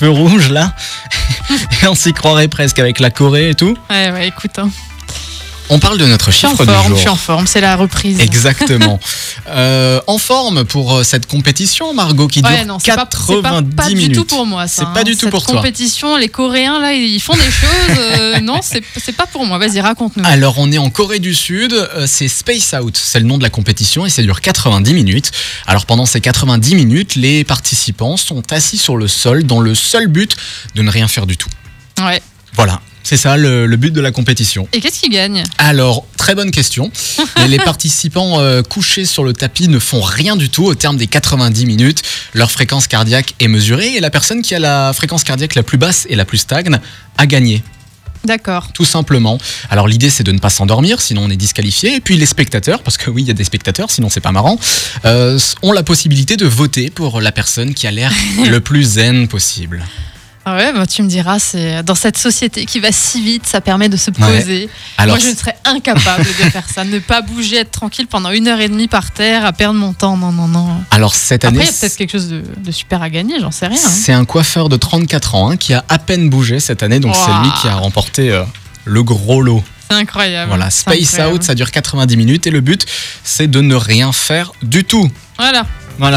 peu rouge là. Et on s'y croirait presque avec la Corée et tout. Ouais, ouais, écoute, hein. On parle de notre je suis en chiffre du forme, je suis jour. en forme, c'est la reprise. Exactement. Euh, en forme pour euh, cette compétition, Margot, qui dure Ouais, non, c'est pas, c'est 90 pas, pas minutes. du tout pour moi. ça, C'est pas hein. du tout Cette pour toi. compétition, les Coréens, là, ils font des choses. euh, non, c'est c'est pas pour moi. Vas-y, raconte-nous. Alors on est en Corée du Sud, euh, c'est Space Out, c'est le nom de la compétition et ça dure 90 minutes. Alors pendant ces 90 minutes, les participants sont assis sur le sol dans le seul but de ne rien faire du tout. Ah. Ouais. Voilà, c'est ça le, le but de la compétition. Et qu'est-ce qu'ils gagnent Alors, très bonne question. Mais les participants euh, couchés sur le tapis ne font rien du tout au terme des 90 minutes. Leur fréquence cardiaque est mesurée et la personne qui a la fréquence cardiaque la plus basse et la plus stagne a gagné D'accord. tout simplement. Alors l'idée c'est de ne pas s'endormir, sinon on est disqualifié. Et puis les spectateurs, parce que oui il y a des spectateurs, sinon c'est pas marrant, euh, ont la possibilité de voter pour la personne qui a l'air le plus zen possible. Ah ouais, bah, tu me diras, c'est dans cette société qui va si vite, ça permet de se Ouais. poser. Alors Moi, je serais incapable de faire ça, ne pas bouger, être tranquille pendant une heure et demie par terre, à perdre mon temps. Non, non, non. alors cette Après, année il y a peut-être quelque chose de, de super à gagner, j'en sais rien. hein. c'est un coiffeur de 34 ans hein, qui a à peine bougé cette année, donc c'est Ouah. lui qui a remporté euh, le gros lot. C'est incroyable. Voilà, c'est Space incroyable. Out, ça dure 90 minutes et le but c'est de ne rien faire du tout. Voilà,